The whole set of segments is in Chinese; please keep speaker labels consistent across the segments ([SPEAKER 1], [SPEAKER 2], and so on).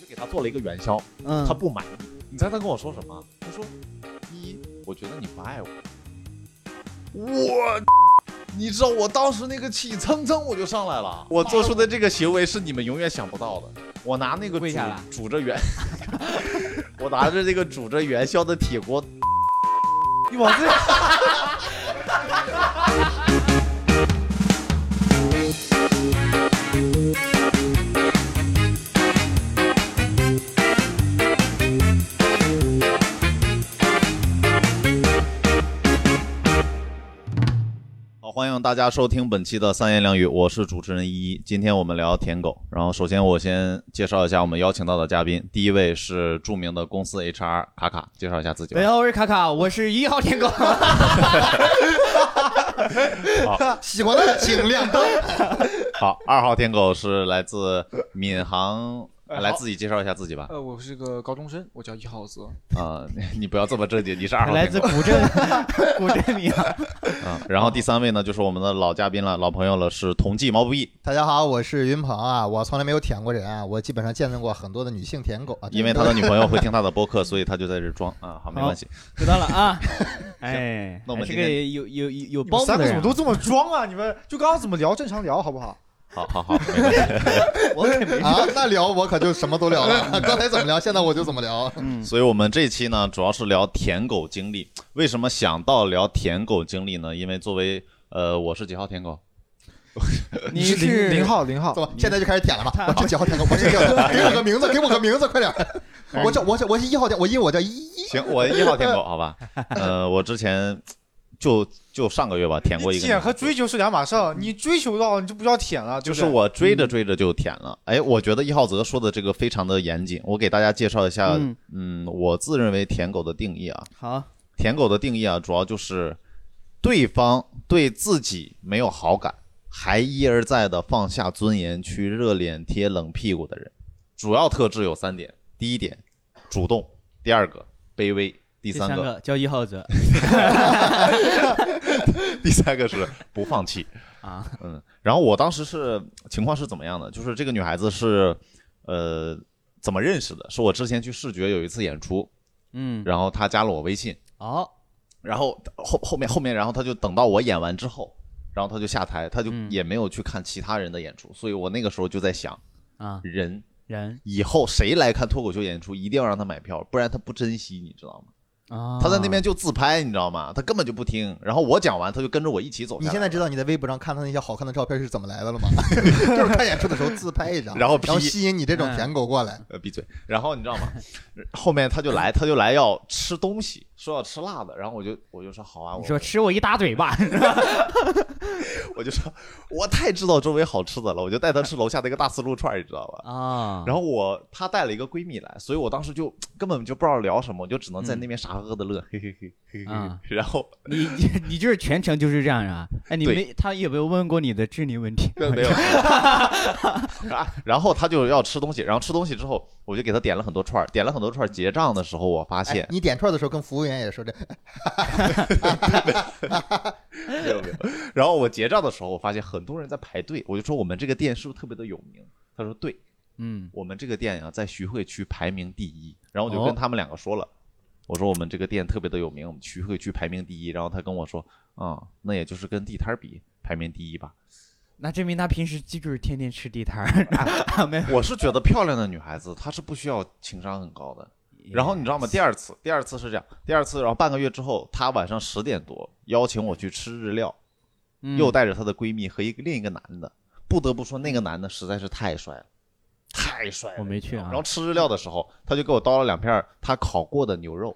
[SPEAKER 1] 就给他做了一个元宵，
[SPEAKER 2] 嗯，
[SPEAKER 1] 他不买。你猜他跟我说什么？他说：一，我觉得你不爱我。我，你知道我当时那个气蹭蹭我就上来了。我做出的这个行为是你们永远想不到的。我拿那个
[SPEAKER 2] 跪下了
[SPEAKER 1] 煮煮着元， 我拿着这个煮着元宵的铁锅，你往这。好，欢迎大家收听本期的三言两语，我是主持人依依。今天我们聊舔狗，然后首先我先介绍一下我们邀请到的嘉宾，第一位是著名的公司 HR 卡卡，介绍一下自己
[SPEAKER 2] 大
[SPEAKER 1] 吧。
[SPEAKER 2] 家好，我是卡卡，我是一号舔狗，
[SPEAKER 3] 喜欢的请亮灯。
[SPEAKER 1] 好，二号舔狗是来自闵行，来自己介绍一下自己吧。
[SPEAKER 3] 呃， 我是个高中生，我叫一号泽。
[SPEAKER 1] 啊、你不要这么正经，你 是二号
[SPEAKER 2] 来
[SPEAKER 1] 舔
[SPEAKER 2] 自
[SPEAKER 1] 狗。
[SPEAKER 2] 古镇，古镇啊民谣。
[SPEAKER 1] 嗯，然后第三位呢，就是我们的老嘉宾了，老朋友了，是同济毛不易，
[SPEAKER 4] 大家好，我是云鹏啊，我从来没有舔过人啊，我基本上见证过很多的女性舔狗啊，
[SPEAKER 1] 因为他的女朋友会听他的播客，所以他就在这装啊。好，没关系。
[SPEAKER 2] 知道了 啊。哎，
[SPEAKER 1] 那我们
[SPEAKER 2] 这
[SPEAKER 1] 今
[SPEAKER 2] 个
[SPEAKER 1] 天
[SPEAKER 2] 有有有有
[SPEAKER 3] 你们
[SPEAKER 2] 包袱
[SPEAKER 3] 三个
[SPEAKER 2] 的
[SPEAKER 3] 怎么
[SPEAKER 2] 人，
[SPEAKER 3] 都这么装啊？你们就刚刚怎么聊正常聊好不好？
[SPEAKER 1] 好好好，没关系。
[SPEAKER 2] 我可没
[SPEAKER 4] 啊，那聊我可就什么都聊了， 刚才怎么聊，现在我就怎么聊。
[SPEAKER 2] 嗯
[SPEAKER 1] 所以我们这一期呢，主要是聊舔狗经历。为什么想到聊舔狗经历呢？因为作为呃，我是几号舔狗？
[SPEAKER 2] 你
[SPEAKER 3] 是零零，号零号
[SPEAKER 4] 怎，么现在就开始舔了吗
[SPEAKER 2] 他？
[SPEAKER 4] 我这几号舔狗，我这 个给我个名字，给我个名字，快点！我这我这我是一号舔，我因为我叫一一，
[SPEAKER 1] 行，我一号舔狗，好吧？呃，我之前就就上个月吧，舔过一
[SPEAKER 3] 你
[SPEAKER 1] 个
[SPEAKER 3] 舔
[SPEAKER 1] 女，
[SPEAKER 3] 和追求是两码事儿。你追求到你就不叫舔了，
[SPEAKER 1] 就
[SPEAKER 3] 就是
[SPEAKER 1] 我追
[SPEAKER 2] 嗯
[SPEAKER 1] 着追着就舔了。哎，我觉得一号泽说的这个非常的严谨，我给大家介绍一下，
[SPEAKER 2] 嗯
[SPEAKER 1] 嗯，我自认为舔狗的定义啊，
[SPEAKER 2] 好，
[SPEAKER 1] 舔狗的定义啊，主要就是对方对自己没有好感，还一而再的放下尊严去热脸贴冷屁股的人。主要特质有三点：第一点，主动；第二个，卑微；第
[SPEAKER 2] 第
[SPEAKER 1] 三
[SPEAKER 2] 三
[SPEAKER 1] 个，
[SPEAKER 2] 个叫一号者
[SPEAKER 1] 第三个是不放弃。
[SPEAKER 2] 啊，
[SPEAKER 1] 嗯，然后我当时是情况是怎么样的？就是这个女孩子是，呃，怎么认识的？是我之前去视觉有一次演出，
[SPEAKER 2] 嗯，
[SPEAKER 1] 然后她加了我微信，
[SPEAKER 2] 哦，
[SPEAKER 1] 然后后后面后面，然后他就等到我演完之后，然后他就下台，他就
[SPEAKER 2] 嗯
[SPEAKER 1] 也没有去看其他人的演出，所以我那个时候就在想，
[SPEAKER 2] 啊，
[SPEAKER 1] 人
[SPEAKER 2] 人
[SPEAKER 1] 以后谁来看脱口秀演出，一定要让他买票，不然他不珍惜，你知道吗？
[SPEAKER 2] 啊，
[SPEAKER 1] 他在那边就自拍，你知道吗？他根本就不听，然后我讲完，他就跟着我一起走
[SPEAKER 4] 你
[SPEAKER 1] 下
[SPEAKER 4] 现
[SPEAKER 1] 来。
[SPEAKER 4] 在知道你在微博上看到那些好看的照片是怎么来的 了吗？ 就是看演出的时候自拍一张，
[SPEAKER 1] 然后 P
[SPEAKER 4] 然后吸引你这种舔狗过来。
[SPEAKER 1] 呃，闭嘴。然后你知道吗？后面他就来，他就来要吃东西，说要吃辣的。然后我就我就说好啊，我
[SPEAKER 2] 你说吃我一大 嘴巴，
[SPEAKER 1] 我就说我太知道周围好吃的了，我就带他吃楼下那个大四路串儿，你知道吧？
[SPEAKER 2] 啊，
[SPEAKER 1] 然后我她带了一个闺蜜来，所以我当时就根本就不知道聊什么，我就只能在那边傻呵呵的乐，嘿嘿嘿嘿嘿。
[SPEAKER 2] 嗯
[SPEAKER 1] 然后
[SPEAKER 2] 你你 你就是全程就是这样啊？哎，你
[SPEAKER 1] 对
[SPEAKER 2] 没他有没有问过你的智力问题？
[SPEAKER 1] 没有 没有，啊然后她就要吃东西，然后吃东西之后，我就给她点了很多串儿，点了很多串儿。结账的时候，我发现
[SPEAKER 4] 哎、你点串的时候跟服务员也说这，
[SPEAKER 1] 没有没有。然后我结账的时候，我发现很多人在排队，我就说我们这个店是不是特别的有名？她说对，
[SPEAKER 2] 嗯，
[SPEAKER 1] 我们这个店呀、啊在徐汇区排名第一。然后我就
[SPEAKER 2] 哦
[SPEAKER 1] 跟他们两个说了，我说我们这个店特别的有名，我们徐汇区排名第一。然后他跟我说，啊、那也就是跟地摊儿比排名第一吧。
[SPEAKER 2] 那证明他平时就是天天吃地摊儿，没有。
[SPEAKER 1] 我是觉得漂亮的女孩子她是不需要情商很高的。 然后你知道吗？第二次，第二次是这样，第二次，然后半个月之后，她晚上十点多邀请我去吃日料，
[SPEAKER 2] 嗯
[SPEAKER 1] 又带着她的闺蜜和一个另一个男的。不得不说，那个男的实在是太帅了，太帅了。
[SPEAKER 2] 我没去啊
[SPEAKER 1] 然后吃日料的时候，他就给我叨了两片儿他烤过的牛肉，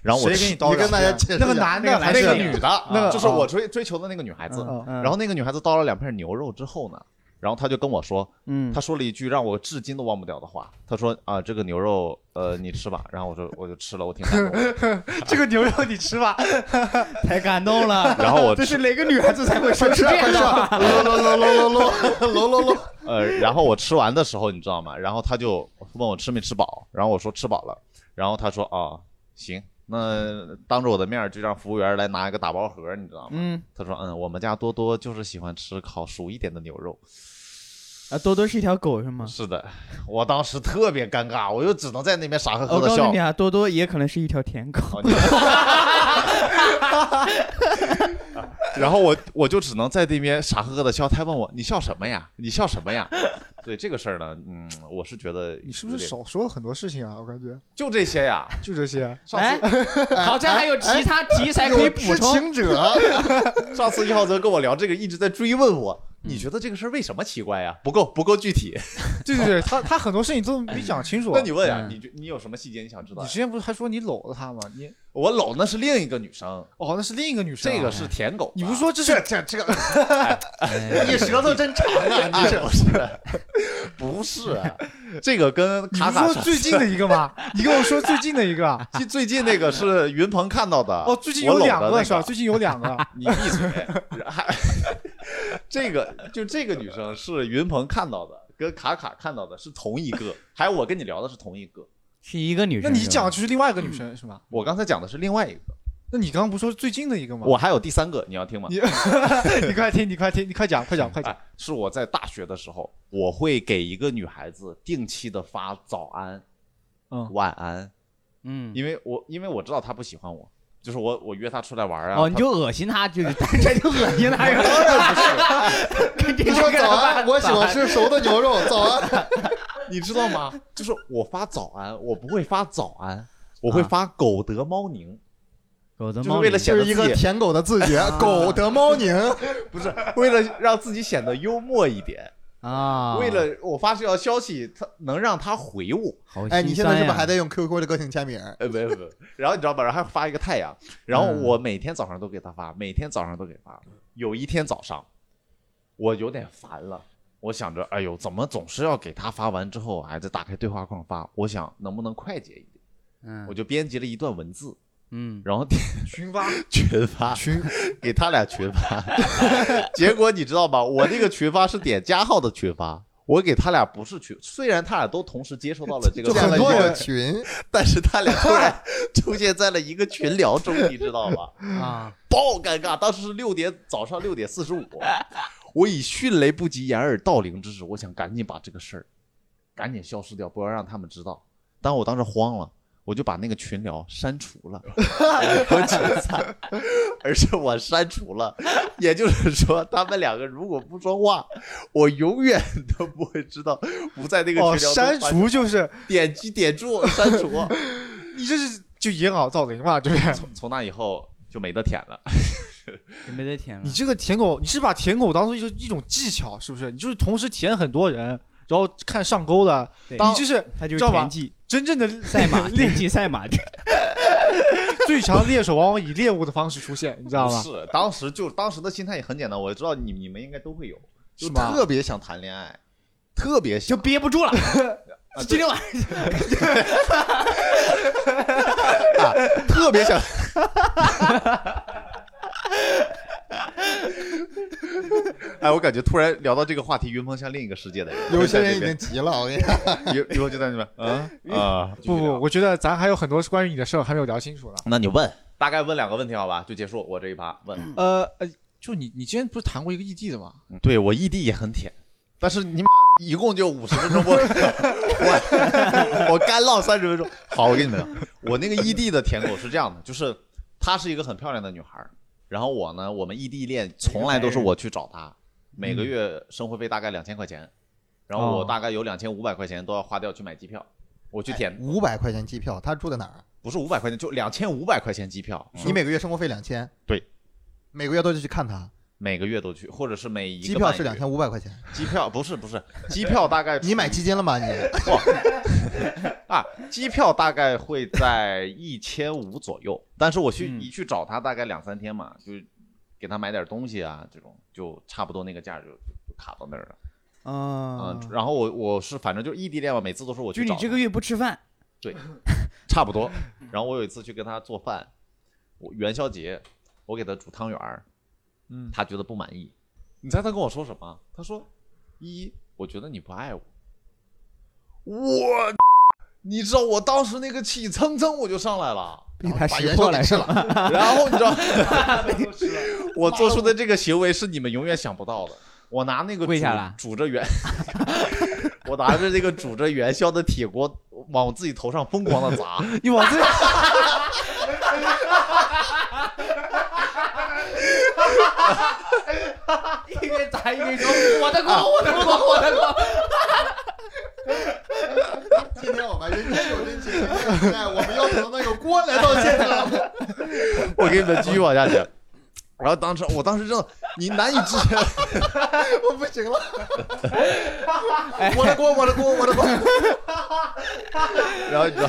[SPEAKER 1] 然后我
[SPEAKER 3] 谁给
[SPEAKER 1] 吃
[SPEAKER 3] 你叨
[SPEAKER 4] 你跟大家
[SPEAKER 3] 的？
[SPEAKER 4] 介
[SPEAKER 3] 那
[SPEAKER 4] 绍
[SPEAKER 3] 个
[SPEAKER 4] 一下，
[SPEAKER 3] 男
[SPEAKER 2] 那个
[SPEAKER 3] 的
[SPEAKER 2] 男
[SPEAKER 3] 还
[SPEAKER 1] 那
[SPEAKER 3] 是嗯
[SPEAKER 1] 个女
[SPEAKER 2] 的
[SPEAKER 1] 的，
[SPEAKER 3] 那个啊
[SPEAKER 1] 就是我追追求的那个女孩子。
[SPEAKER 2] 嗯嗯
[SPEAKER 1] 然后那个女孩子叨了两片牛肉之后呢，然后她就跟我说，
[SPEAKER 2] 嗯
[SPEAKER 1] 她说了一句让我至今都忘不掉的话，她说啊，这个牛肉呃你吃吧，然后我说我就吃了，我挺感动的，
[SPEAKER 3] 这个牛肉你吃吧，
[SPEAKER 2] 太感动了。
[SPEAKER 1] 然后 我
[SPEAKER 2] 这
[SPEAKER 1] 吃
[SPEAKER 2] 是哪个女孩子才会说出这样的话？
[SPEAKER 4] 喽喽喽喽喽喽喽喽喽，
[SPEAKER 1] 呃，然后我吃完的时候你知道吗？然后她就问我吃没吃饱，然后我说吃饱了，然后她说啊行，那当着我的面儿就让服务员来拿一个打包盒，你知道吗？
[SPEAKER 2] 嗯
[SPEAKER 1] 他说：“嗯，我们家多多就是喜欢吃烤熟一点的牛肉。
[SPEAKER 2] 啊，多多是一条狗是”吗？
[SPEAKER 1] 是的，我当时特别尴尬，我就只能在那边傻呵
[SPEAKER 2] 我
[SPEAKER 1] 呵的
[SPEAKER 2] 告诉
[SPEAKER 1] 笑
[SPEAKER 2] 你。啊，多多也可能是一条舔狗。
[SPEAKER 1] 哦你 然后我我就只能在那边傻呵呵的笑。他问我：“你笑什么呀？你笑什么呀？” 对这个事儿呢，嗯，我是觉得
[SPEAKER 3] 你是不
[SPEAKER 1] 有
[SPEAKER 3] 是
[SPEAKER 1] 点
[SPEAKER 3] 少说了很多事情啊？我感觉
[SPEAKER 1] 就这些呀？
[SPEAKER 3] 就这些。上
[SPEAKER 2] 哎
[SPEAKER 3] 次，
[SPEAKER 2] 好像还有其他题材可以
[SPEAKER 4] 有
[SPEAKER 2] 补
[SPEAKER 4] 知
[SPEAKER 2] 充。
[SPEAKER 4] 情者，
[SPEAKER 1] 上次一浩泽跟我聊这个，一直在追问我，
[SPEAKER 3] 嗯
[SPEAKER 1] 你觉得这个事儿为什么奇怪呀？不够不够具体。
[SPEAKER 3] 对对对，他他很多事情都没讲清楚。啊
[SPEAKER 1] 那你问呀，
[SPEAKER 2] 嗯
[SPEAKER 1] 你觉你有什么细节你想知道
[SPEAKER 3] 你
[SPEAKER 1] 呀？
[SPEAKER 3] 之前不是还说你搂了他吗？你
[SPEAKER 1] 我搂那是另一个女生，
[SPEAKER 3] 哦，那是另一个女生啊。
[SPEAKER 1] 这个是舔狗吧。
[SPEAKER 3] 你不是说这是
[SPEAKER 4] 这这这个，
[SPEAKER 2] 哎
[SPEAKER 4] 你舌头真长啊！你这
[SPEAKER 1] 不是，不是啊，这个跟
[SPEAKER 3] 你
[SPEAKER 1] 卡
[SPEAKER 3] 不
[SPEAKER 1] 卡
[SPEAKER 3] 是
[SPEAKER 1] 上
[SPEAKER 3] 说最近的一个吗？你跟我说最近的一个啊。
[SPEAKER 1] 最最近那个是云鹏看到的
[SPEAKER 3] 哦，最近有两
[SPEAKER 1] 啊我搂的那
[SPEAKER 3] 是吧？最近有两个。啊
[SPEAKER 1] 你闭 嘴！还这个就这个女生是云鹏看到的，跟卡卡看到的是同一个，还有我跟你聊的是同一个。
[SPEAKER 2] 是一个女
[SPEAKER 3] 那
[SPEAKER 2] 生。
[SPEAKER 3] 你
[SPEAKER 2] 是吧
[SPEAKER 3] 讲就是另外一个女生是吧？
[SPEAKER 1] 我刚才讲的是另外一个，
[SPEAKER 3] 那你刚刚不说最近的一个吗？
[SPEAKER 1] 我还有第三个，你要听吗？
[SPEAKER 3] 你 你快听，你快听，你快讲，快讲， 快讲。
[SPEAKER 1] 哎，是我在大学的时候，我会给一个女孩子定期的发早安、
[SPEAKER 3] 嗯
[SPEAKER 1] 晚安，
[SPEAKER 2] 嗯，
[SPEAKER 1] 因为我因为我知道她不喜欢我，就是我我约她出来玩啊，
[SPEAKER 2] 哦，你
[SPEAKER 1] 她
[SPEAKER 2] 就恶心他，就是 单纯就恶心他，跟这
[SPEAKER 4] 你说早安，我喜欢吃熟的牛肉。早安，
[SPEAKER 1] 你知道吗？就是我发早安，我不会发早安，我会发狗得猫宁，
[SPEAKER 2] 狗
[SPEAKER 1] 就
[SPEAKER 2] 的
[SPEAKER 1] 是
[SPEAKER 2] 猫
[SPEAKER 1] 为了
[SPEAKER 2] 里
[SPEAKER 1] 显
[SPEAKER 4] 这
[SPEAKER 1] 得
[SPEAKER 4] 是
[SPEAKER 1] 自
[SPEAKER 4] 一个
[SPEAKER 1] 己
[SPEAKER 4] 舔狗的自觉，狗得猫宁。
[SPEAKER 1] 不是 为了让自己显得幽默一点，
[SPEAKER 2] 啊，
[SPEAKER 1] 为了我发这条消息，他能让他回我。
[SPEAKER 2] 好啊
[SPEAKER 4] 哎，你现在是不是还
[SPEAKER 2] 得
[SPEAKER 4] 在用 QQ 的个性签名？
[SPEAKER 1] 呃，不不， 然后你知道吧，然后还发一个太阳，然后
[SPEAKER 2] 嗯
[SPEAKER 1] 我每天早上都给他发，每天早上都给发。有一天早上，我有点烦了，我想着，哎呦，怎么总是要给他发完之后还在打开对话框发？我想能不能快捷一点，我
[SPEAKER 2] 嗯
[SPEAKER 1] 就编辑了一段文字，
[SPEAKER 2] 嗯，
[SPEAKER 1] 然后
[SPEAKER 3] 群发，
[SPEAKER 1] 群发
[SPEAKER 4] 群
[SPEAKER 1] 给他俩群发， 结果你知道吗？我那个群发是点加号的群发，我给他俩不是群，虽然他俩都同时接收到了这个
[SPEAKER 4] 就
[SPEAKER 1] 消息，
[SPEAKER 4] 很
[SPEAKER 3] 很
[SPEAKER 4] 多
[SPEAKER 3] 多人
[SPEAKER 4] 人群，
[SPEAKER 1] 但是他俩突然出现在了一个群聊中，你知道吗？
[SPEAKER 2] 啊，
[SPEAKER 1] 爆尴尬！当时是六点早上六点四 十五，我以迅雷不及掩耳盗铃之势，我想赶紧把这个事儿赶紧消失掉，不要让他们知道。但我当时慌了，我就把那个群聊删除了，我解散，而且我删除了，也就是说，他们两个如果不说话，我永远都不会知道不在那个群聊
[SPEAKER 3] 哦，
[SPEAKER 1] 中
[SPEAKER 3] 删
[SPEAKER 1] 发生，
[SPEAKER 3] 除就是
[SPEAKER 1] 点击点住删除。
[SPEAKER 3] 你这是就掩耳盗铃嘛，对不对？
[SPEAKER 1] 从从那以后就没得舔了。
[SPEAKER 2] 也没得舔了
[SPEAKER 3] 你。这个舔狗，你是把舔狗当做一种一种技巧，是不是？你就是同时舔很多人，然后看上钩了，
[SPEAKER 2] 对
[SPEAKER 3] 你就是
[SPEAKER 2] 他就
[SPEAKER 3] 知
[SPEAKER 2] 是
[SPEAKER 3] 道吧
[SPEAKER 2] 田忌
[SPEAKER 3] 真正的
[SPEAKER 2] 赛马，
[SPEAKER 3] 猎
[SPEAKER 2] 田忌赛马，
[SPEAKER 3] 最强猎手往往以猎物的方式出现，你知道
[SPEAKER 1] 不
[SPEAKER 3] 吗？
[SPEAKER 1] 是，当时就当时的心态也很简单，我知道你你们应该都会有，就是
[SPEAKER 3] 吗
[SPEAKER 1] 特别想谈恋爱，特别
[SPEAKER 2] 就
[SPEAKER 1] 想
[SPEAKER 2] 憋不住了。今天晚
[SPEAKER 1] 特别想， 哎，我感觉突然聊到这个话题，云鹏像另一个世界的人，
[SPEAKER 4] 有些人已经急了。我跟你讲，
[SPEAKER 1] 云云鹏就在那边，嗯啊，
[SPEAKER 3] 不不，我觉得咱还有很多关于你的事儿还没有聊清楚呢。
[SPEAKER 1] 那你问，大概问两个问题好吧，就结束我这一趴。问，
[SPEAKER 3] 呃呃，就你你之前不是谈过一个异地的吗？
[SPEAKER 1] 对我异地也很舔，嗯但是你一共就五十分钟，我我 我干唠三十分钟。好，我跟你们讲，我那个异地的舔狗是这样的，就是她是一个很漂亮的女孩儿，然后我呢，我们异地恋从来都是我去找她，每个月生活费大概两千块钱，然后我
[SPEAKER 3] 哦
[SPEAKER 1] 大概有两千五百块钱都要花掉去买机票，我去舔
[SPEAKER 4] 五百块钱机票，他住在哪儿啊？
[SPEAKER 1] 不是五百块钱，就两千五百块钱机票，
[SPEAKER 4] 你每个月生活费两千，
[SPEAKER 1] 嗯对，
[SPEAKER 4] 每个月都去看他，
[SPEAKER 1] 每
[SPEAKER 4] 每
[SPEAKER 1] 个月都去，或者是每一个
[SPEAKER 4] 机票
[SPEAKER 1] 半
[SPEAKER 4] 是两
[SPEAKER 1] 月，
[SPEAKER 4] 千五百块钱。
[SPEAKER 1] 机票不是不是，机票大概
[SPEAKER 4] 你买基金了吗？你
[SPEAKER 1] 啊，机票大概会在一千五左右，但是我去、
[SPEAKER 2] 嗯
[SPEAKER 1] 一去找他大概两三天嘛，就给他买点东西啊，这种就差不多那个价就就卡到那儿了。
[SPEAKER 2] 上啊，
[SPEAKER 1] 嗯，然后我我是反正就是异地恋嘛，每次都是我
[SPEAKER 2] 就
[SPEAKER 1] 去
[SPEAKER 2] 你
[SPEAKER 1] 找
[SPEAKER 2] 这
[SPEAKER 1] 他
[SPEAKER 2] 个月不吃饭，
[SPEAKER 1] 差不 多。然后我有一次去跟他做饭，我元宵节我给他煮汤圆儿，
[SPEAKER 3] 嗯
[SPEAKER 1] 他觉得不满意。你猜他跟我说什么？他说：“一，我觉得你不爱我。” 我，你知道我当时那个气蹭蹭我就上来了，
[SPEAKER 2] 被
[SPEAKER 4] 然
[SPEAKER 2] 他
[SPEAKER 4] 后把
[SPEAKER 2] 识
[SPEAKER 4] 元
[SPEAKER 2] 破
[SPEAKER 4] 宵给
[SPEAKER 2] 了
[SPEAKER 4] 吃了，
[SPEAKER 1] 然后你知道，我做出的这个行为是你们永远想不到的。我拿那个
[SPEAKER 2] 跪下了
[SPEAKER 1] 煮煮着元， 我拿着这个煮着元宵的铁锅往我自己头上疯狂的砸，
[SPEAKER 3] 你往这，
[SPEAKER 2] 一边砸一边说我的锅，我的锅，我的锅。
[SPEAKER 4] 今天我们人间有真情，现在哎我们邀请到那个锅来到现场，
[SPEAKER 1] 我给你们继续往下讲。然后当时，我当时真的，你难以置信，
[SPEAKER 4] 我不行了，我的锅，我的锅，我的锅，
[SPEAKER 1] 然后你知道，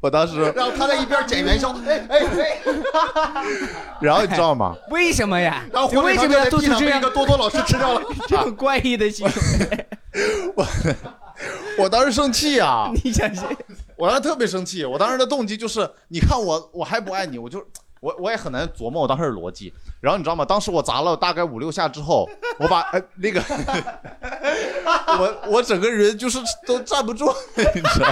[SPEAKER 1] 我当时，
[SPEAKER 4] 然后他在一边捡 元宵，哎哎哎，
[SPEAKER 1] 然后你知道吗？
[SPEAKER 2] 为什么呀？
[SPEAKER 4] 然后
[SPEAKER 2] 你
[SPEAKER 4] 火腿
[SPEAKER 2] 为什
[SPEAKER 4] 肠
[SPEAKER 2] 么
[SPEAKER 4] 就
[SPEAKER 2] 要
[SPEAKER 4] 在
[SPEAKER 2] 做
[SPEAKER 4] 地
[SPEAKER 2] 出
[SPEAKER 4] 上
[SPEAKER 2] 这
[SPEAKER 4] 被一
[SPEAKER 2] 样
[SPEAKER 4] 个多多老师吃掉了，
[SPEAKER 2] 哎 这种怪异的行为？
[SPEAKER 1] 我当时生气啊，
[SPEAKER 2] 你相信？
[SPEAKER 1] 我当时特别生气，我当时的动机就是，你看我，我还不爱你，我就我我也很难琢磨我当时的逻辑。然后你知道吗？当时我砸了大概五六下之后，我把呃那个，我我整个人就是都站不住，你知道。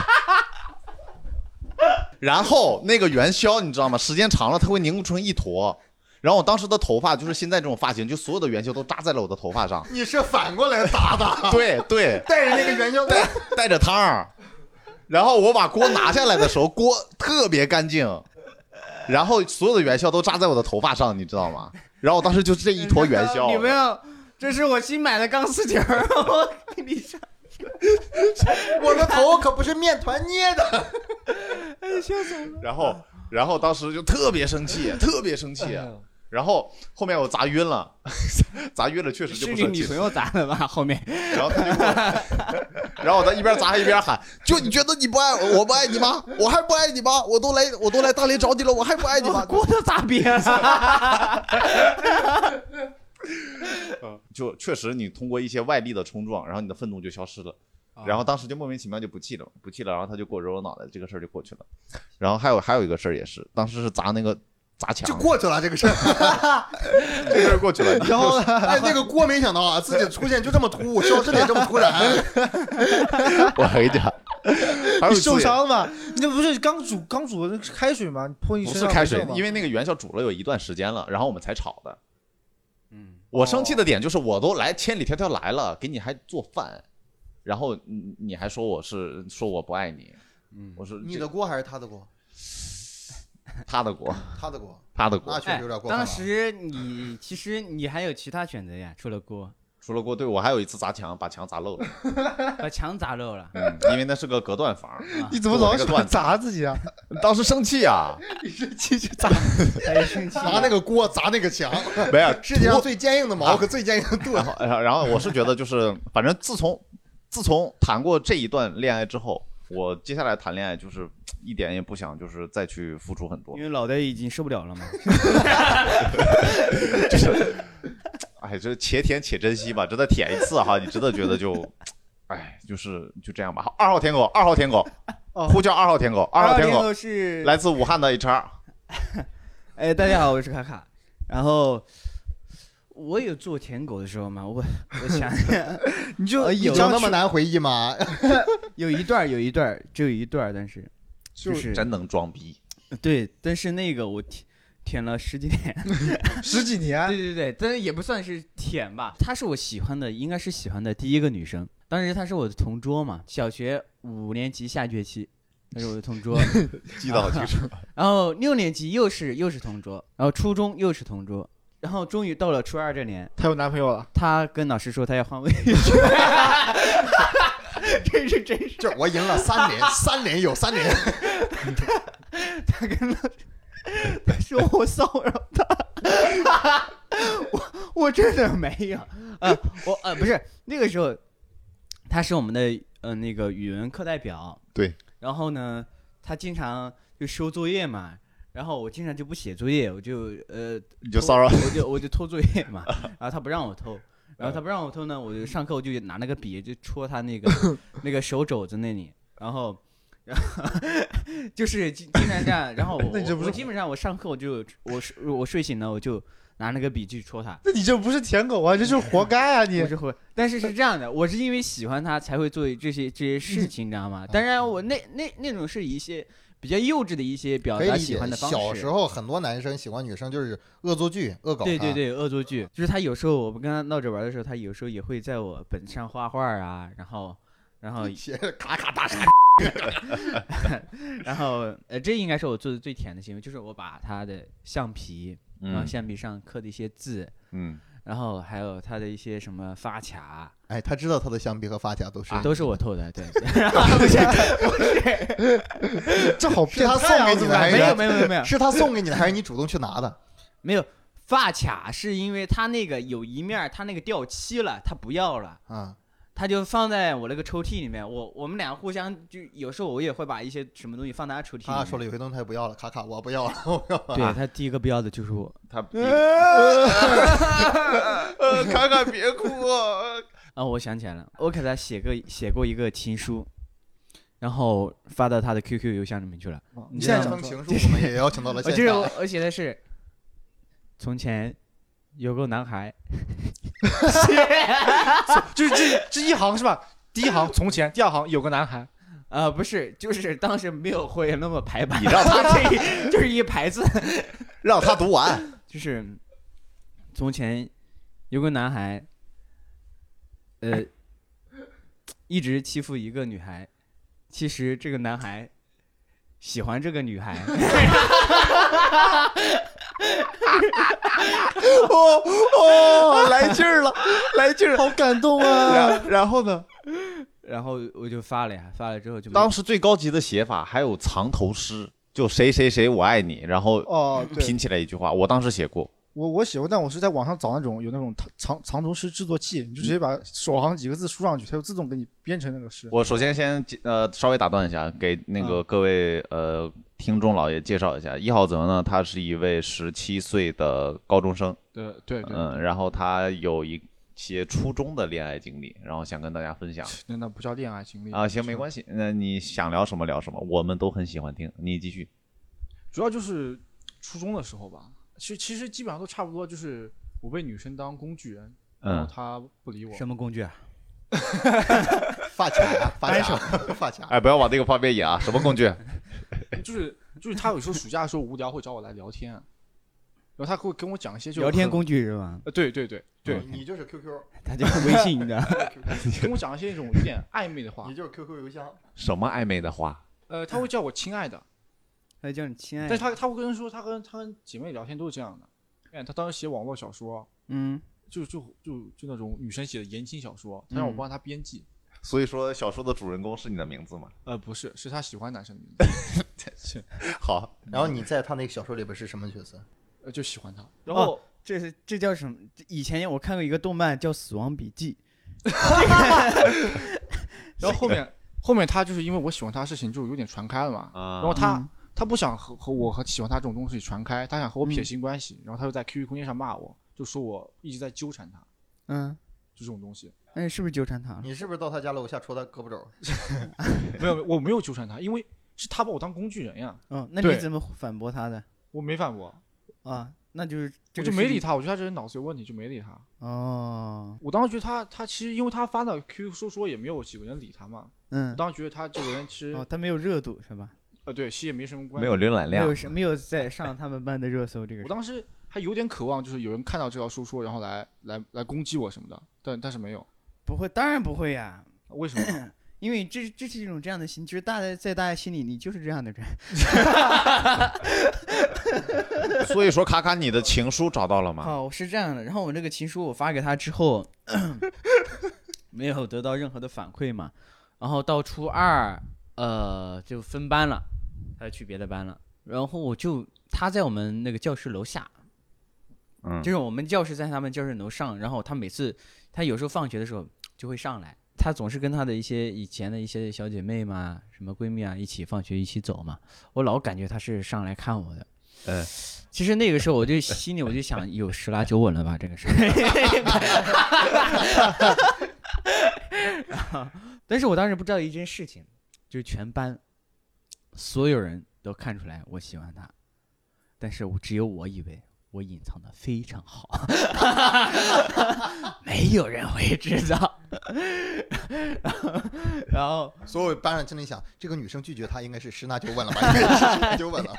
[SPEAKER 1] 然后那个元宵，你知道吗？时间长了，它会凝固成一坨。然后我当时的头发就是现在这种发型，就所有的元宵都扎在了我的头发上。
[SPEAKER 4] 你是反过来砸的，
[SPEAKER 1] 对对，
[SPEAKER 4] 带着那个元宵哎
[SPEAKER 1] 带带着汤儿，然后我把锅拿下来的时候，锅特别干净，然后所有的元宵都扎在我的头发上，你知道吗？然后我当时就这一坨元宵，
[SPEAKER 2] 你们要，这是我新买的钢丝球儿，我跟你说，
[SPEAKER 4] 我的头可不是面团捏的，
[SPEAKER 2] 哎，笑死我了。
[SPEAKER 1] 然后然后当时就特别生气，特别生
[SPEAKER 2] 哎
[SPEAKER 1] 气，然后后面我砸晕了，砸晕了确实就是不
[SPEAKER 2] 你
[SPEAKER 1] 生
[SPEAKER 2] 女
[SPEAKER 1] 气
[SPEAKER 2] 朋
[SPEAKER 1] 了，
[SPEAKER 2] 友砸 的吧？后面
[SPEAKER 1] 然后他就给我，然后我在一边砸还一边喊，就你觉得你不爱我，我不爱你吗？我还不爱你吗？我都来我都来大连找你了，我还不爱你吗？
[SPEAKER 2] 锅都砸瘪了。
[SPEAKER 1] 就确实你通过一些外力的冲撞，然后你的愤怒就消失了，然后当时就莫名其妙就不气了，不气了，然后他就给我揉揉脑袋，这个事儿就过去了。然后还有还有一个事儿也是，当时是砸那个砸
[SPEAKER 4] 就
[SPEAKER 1] 墙，
[SPEAKER 4] 过去了这个 事儿。
[SPEAKER 1] 这个事儿过去了。
[SPEAKER 3] 然后 呢？
[SPEAKER 4] 哎，那个锅没想到啊，自己出现就这么突 兀，消失的也这么突 然。
[SPEAKER 1] 我跟你讲，还有一
[SPEAKER 3] 你
[SPEAKER 1] 次
[SPEAKER 3] 受
[SPEAKER 1] 也
[SPEAKER 3] 伤了吗？你这不是刚煮刚煮的那个开水吗？你泼你
[SPEAKER 1] 不
[SPEAKER 3] 身
[SPEAKER 1] 是
[SPEAKER 3] 上
[SPEAKER 1] 开水，因
[SPEAKER 3] 为
[SPEAKER 1] 为那个元宵煮了有一段时间了，然后我们才炒的。
[SPEAKER 2] 嗯，
[SPEAKER 1] 我生气的点就是我都来千里迢迢来了，给你还做饭，然后你你还说我是说我不爱你，我说这
[SPEAKER 4] 锅还是他的锅？
[SPEAKER 1] 他的锅，
[SPEAKER 4] 他的锅，
[SPEAKER 1] 他的
[SPEAKER 2] 啊
[SPEAKER 1] 锅
[SPEAKER 4] 那，确实有点过分了。
[SPEAKER 2] 哎当时你其实你还有其他选择呀，除了锅，
[SPEAKER 1] 除了锅，对我还有一次砸墙，把墙砸漏了。
[SPEAKER 2] 把墙砸漏了。
[SPEAKER 1] 嗯，因为那是个隔断房。
[SPEAKER 3] 你怎么老喜欢砸自 己啊？
[SPEAKER 1] 当时生气啊，
[SPEAKER 2] 继续砸，哎，生气了。
[SPEAKER 4] 拿那个锅砸那个墙，啊
[SPEAKER 1] 没有
[SPEAKER 4] 世界上
[SPEAKER 1] 我
[SPEAKER 4] 最坚硬的矛和最坚硬的
[SPEAKER 1] 然
[SPEAKER 4] 盾。
[SPEAKER 1] 后然后我是觉得就是，反正自从自从谈过这一段恋爱之后，我接下来谈恋爱就是一点也不想就是再去付出很多
[SPEAKER 2] 因，为脑袋已经受不了了嘛。
[SPEAKER 1] 哎，这且舔且珍惜吧，真的舔一次哈，你真的觉得就，哎，就是就这样吧。好二号舔狗，二号舔狗，
[SPEAKER 3] 哦
[SPEAKER 1] 呼叫二号舔狗，二号
[SPEAKER 2] 号
[SPEAKER 1] 舔狗，
[SPEAKER 2] 是，
[SPEAKER 1] 来自武汉的 HR，
[SPEAKER 2] 哎，大家好，我是卡卡。然后我有做舔狗的时候嘛，我我 想
[SPEAKER 3] 你就
[SPEAKER 2] 哎
[SPEAKER 3] 一
[SPEAKER 2] 有
[SPEAKER 4] 有
[SPEAKER 3] 张
[SPEAKER 4] 那么
[SPEAKER 3] 去
[SPEAKER 4] 难回忆吗？
[SPEAKER 2] 有一段儿有一段儿只有一段儿，但是就是
[SPEAKER 1] 真能装逼。
[SPEAKER 2] 对，但是那个我舔舔了十几年。
[SPEAKER 3] 十几 年，
[SPEAKER 2] 对对对，但是也不算是舔吧，她是我喜欢的，应该是喜欢的第一个女生。当时她是我的同桌嘛，小学五年级下学期，她是我的同 桌，
[SPEAKER 1] 记得好清楚，
[SPEAKER 2] 然后六年级又是又是同桌，然后初中又是同桌，然后终于到了初二这年，
[SPEAKER 3] 她有男朋友了。
[SPEAKER 2] 她跟老师说她要换位置，这是真是，
[SPEAKER 4] 这我赢了三连，三连有三连，
[SPEAKER 2] 她跟老师她说我骚扰她，我我真的没有，呃，我呃不是那个时候，她是我们的呃那个语文课代表，
[SPEAKER 1] 对，
[SPEAKER 2] 然后呢，她经常就收作业嘛。然后我经常就不写作业，我就呃
[SPEAKER 1] 你就骚扰
[SPEAKER 2] 我就我就偷作业 嘛，然后他不让我偷，然后他不让我偷呢，我就上课我就拿那个笔就戳他那个 那个手肘子那里，然后然后就是经经常这样，然后 我
[SPEAKER 3] 那你这不
[SPEAKER 2] 我我
[SPEAKER 3] 是
[SPEAKER 2] 基本上我上课我就我睡我睡醒了我就拿那个笔去戳他，
[SPEAKER 3] 那你这不是舔狗啊，这就是活该啊！
[SPEAKER 2] 我
[SPEAKER 3] 你
[SPEAKER 2] 是会，但是是这样的，我是因为喜欢他才会做这些这些事情，你知道吗？当然我那那那种是一些。比较幼稚的一些表
[SPEAKER 4] 可以
[SPEAKER 2] 达
[SPEAKER 4] 理
[SPEAKER 2] 喜
[SPEAKER 4] 解
[SPEAKER 2] 欢的。方式。
[SPEAKER 4] 小时候很多男生喜欢女生就是恶作剧、恶搞她。
[SPEAKER 2] 对对 对，恶作剧就是他有时候我们跟他闹着玩的时候，他有时候也会在我本上画画啊，然后然 后
[SPEAKER 4] 写着咔咔大闪。
[SPEAKER 2] 然后呃，这应该是我做的最甜的行为，就是我把他的橡皮，然后
[SPEAKER 1] 嗯
[SPEAKER 2] 橡皮上刻的一些字，
[SPEAKER 1] 嗯，
[SPEAKER 2] 然后还有他的一些什么发卡，
[SPEAKER 4] 哎，他知道他的橡皮和发卡都是啊
[SPEAKER 2] 都是我偷的，对，
[SPEAKER 4] 这好是他送给你的还
[SPEAKER 2] 没有
[SPEAKER 4] 是
[SPEAKER 2] 没有没有没有
[SPEAKER 4] 是他送给你的还是你主动去拿的？
[SPEAKER 2] 没有。发卡是因为他那个有一面儿，他那个掉漆了，他不要了，
[SPEAKER 4] 啊，
[SPEAKER 2] 他就放在我那个抽屉里面。我我们俩互相就有时候我也会把一些什么东西放在他抽屉里面。
[SPEAKER 4] 他说了有些东西他也不要了，卡卡我不要了，
[SPEAKER 3] 啊
[SPEAKER 2] 对他第一个不要的就是我。
[SPEAKER 1] 他
[SPEAKER 4] 呃，卡卡别哭，
[SPEAKER 2] 啊，我想起来了，我给他写个写过一个情书，然后发到他的 QQ 邮箱里面去了。
[SPEAKER 3] 你
[SPEAKER 2] 现
[SPEAKER 3] 现
[SPEAKER 2] 在这
[SPEAKER 4] 现成
[SPEAKER 3] 在
[SPEAKER 2] 么
[SPEAKER 4] 情书我们也邀请到了
[SPEAKER 2] 我
[SPEAKER 4] 现
[SPEAKER 2] 就是
[SPEAKER 4] 场
[SPEAKER 2] 我，我写的是，从前有个男 孩，
[SPEAKER 3] 就是这这一行是吧？第一行从前，第二行有个男孩，
[SPEAKER 2] 啊，不是，就是当时没有会员那么排版，
[SPEAKER 1] 你让
[SPEAKER 2] 他 这一就是一排字，
[SPEAKER 1] 让他读完。
[SPEAKER 2] 就是从前有个男孩，呃，一直欺负一个女孩，其实这个男孩喜欢这个女孩。
[SPEAKER 1] 哦哦，来劲 儿了，来劲儿。
[SPEAKER 3] 好感动啊！
[SPEAKER 1] 然然后呢？
[SPEAKER 2] 然后我就发了呀，发了之后就
[SPEAKER 1] 嗯
[SPEAKER 2] 没
[SPEAKER 1] 当时最高级的写法还有藏头诗，就谁谁谁我爱你，然后
[SPEAKER 3] 哦，对，
[SPEAKER 1] 拼起来一句话。我当时写过，
[SPEAKER 3] 我我写过，但我是在网上找那种有那种藏藏头诗制作器，你就直接把首行几个字输上去，它就自动给你编成那个诗。
[SPEAKER 1] 我首先先呃稍微打断一下，给那个各位呃听众老爷介绍一下，一号泽呢，他是一位十七岁的高中生，
[SPEAKER 3] 对对
[SPEAKER 1] 嗯，然后他有一些初中的恋爱经历，然后想跟大家分享
[SPEAKER 3] 那那不叫恋爱经历
[SPEAKER 1] 啊。行，没关系，那你想聊什么聊什么，我们都很喜欢听。你继续，
[SPEAKER 3] 主要就是初中的时候吧，其实其实基本上都差不多，就是我被女生当工具人，然
[SPEAKER 1] 嗯
[SPEAKER 3] 后，她不理我。
[SPEAKER 2] 什么工具啊？
[SPEAKER 4] 发卡呀发卡发卡，
[SPEAKER 1] 哎，不要往这个方面引啊，什么工具？
[SPEAKER 3] 就是就是他有时候暑假的时候无聊会找我来聊天，然后他会跟我讲一些就
[SPEAKER 2] 聊天
[SPEAKER 3] 很
[SPEAKER 2] 工具是吧？
[SPEAKER 3] 呃对对对对，
[SPEAKER 4] 你你就是 QQ，
[SPEAKER 2] 他就是微信你知道
[SPEAKER 3] 跟我讲一些那种有点暧昧的话
[SPEAKER 4] 你，就是 QQ 邮箱，
[SPEAKER 1] 什么暧昧的话？
[SPEAKER 3] 呃，他会叫我 亲爱的，
[SPEAKER 2] 他叫你亲爱
[SPEAKER 3] 但
[SPEAKER 2] 的
[SPEAKER 3] 是。他他会跟人说他跟他跟姐妹聊天都是这样的，哎，他当时写网络小说，
[SPEAKER 2] 嗯，
[SPEAKER 3] 就就就就那种女生写的言情小说，他让我
[SPEAKER 2] 嗯
[SPEAKER 3] 帮他编辑，
[SPEAKER 1] 所以说，小说的主人公是你的名字吗？
[SPEAKER 3] 呃，不是，是他喜欢男生的名 字，是
[SPEAKER 1] 好，
[SPEAKER 4] 然后你在他那个小说里边是什么角色？
[SPEAKER 3] 呃就喜欢他，然后。
[SPEAKER 2] 哦这是这叫什么？以前我看过一个动漫叫《死亡笔记
[SPEAKER 3] 然后后面后面他就是因为我喜欢他的事情就有点传开了嘛，
[SPEAKER 1] 啊
[SPEAKER 3] 然后》。他、
[SPEAKER 2] 嗯
[SPEAKER 3] 他不想和和我和喜欢他这种东西传开，他想和我撇
[SPEAKER 2] 嗯
[SPEAKER 3] 清关系，然后他又在 QQ 空间上骂我，就说我一直在纠缠他，
[SPEAKER 2] 嗯，
[SPEAKER 3] 就这种东西。
[SPEAKER 2] 那你是不是纠缠他了？
[SPEAKER 4] 你是不是到他家楼下戳他胳膊肘？
[SPEAKER 3] 没有，我没有纠缠他，因为是他把我当工具人呀，
[SPEAKER 2] 嗯，那你
[SPEAKER 3] 对
[SPEAKER 2] 怎么反驳他的
[SPEAKER 3] 我没反驳，
[SPEAKER 2] 啊？那就是这个
[SPEAKER 3] 我就没
[SPEAKER 2] 事
[SPEAKER 3] 理
[SPEAKER 2] 情
[SPEAKER 3] 他，我觉得他这人脑子有问题，就没理他。
[SPEAKER 2] 哦，
[SPEAKER 3] 我当时觉得他他其实因为他发的 QQ 说说也没有几个人理他嘛，我
[SPEAKER 2] 嗯，
[SPEAKER 3] 当时觉得他这个人其实、
[SPEAKER 2] 哦，他没有热度是吧？
[SPEAKER 3] 呃对，其实也没什么关
[SPEAKER 1] 没有浏览
[SPEAKER 2] 没
[SPEAKER 1] 量
[SPEAKER 2] 有，是没有在上他们班的热搜这个
[SPEAKER 3] 我
[SPEAKER 2] 事。
[SPEAKER 3] 当时还有点渴望，就是有人看到这条说说，然后来来来攻击我什么的，但但是没有，
[SPEAKER 2] 不会，当然不会呀、
[SPEAKER 3] 为什么？
[SPEAKER 2] 因为这这是一种这样的心，就是大家在大家心里你就是这样的人。
[SPEAKER 1] 所以说卡卡，你的情书找到了吗？
[SPEAKER 2] 哦，是这样的。然后我这个情书我发给他 之后，没有得到任何的反馈嘛。然后到初二，呃，就分班了，他就去别的班了。然后我就他在我们那个教室楼下，
[SPEAKER 1] 嗯
[SPEAKER 2] 就是我们教室在他们教室楼上。然后他每次他有时候放学的时候就会上来，他总是跟他的一些以前的一些小姐妹嘛、什么闺蜜啊一起放学一起走嘛。我老感觉他是上来看我的。其实那个时候我就心里我就想，有十拿九稳了吧这个事儿。 但是我当时不知道一件事情，就是全班所有人都看出来我喜欢他，但是我只有我以为我隐藏的非常好， 没有人会知道。 然后，
[SPEAKER 4] 所有班长心里想，这个女生拒绝他应该是十拿九稳了吧？应该是十拿九稳了。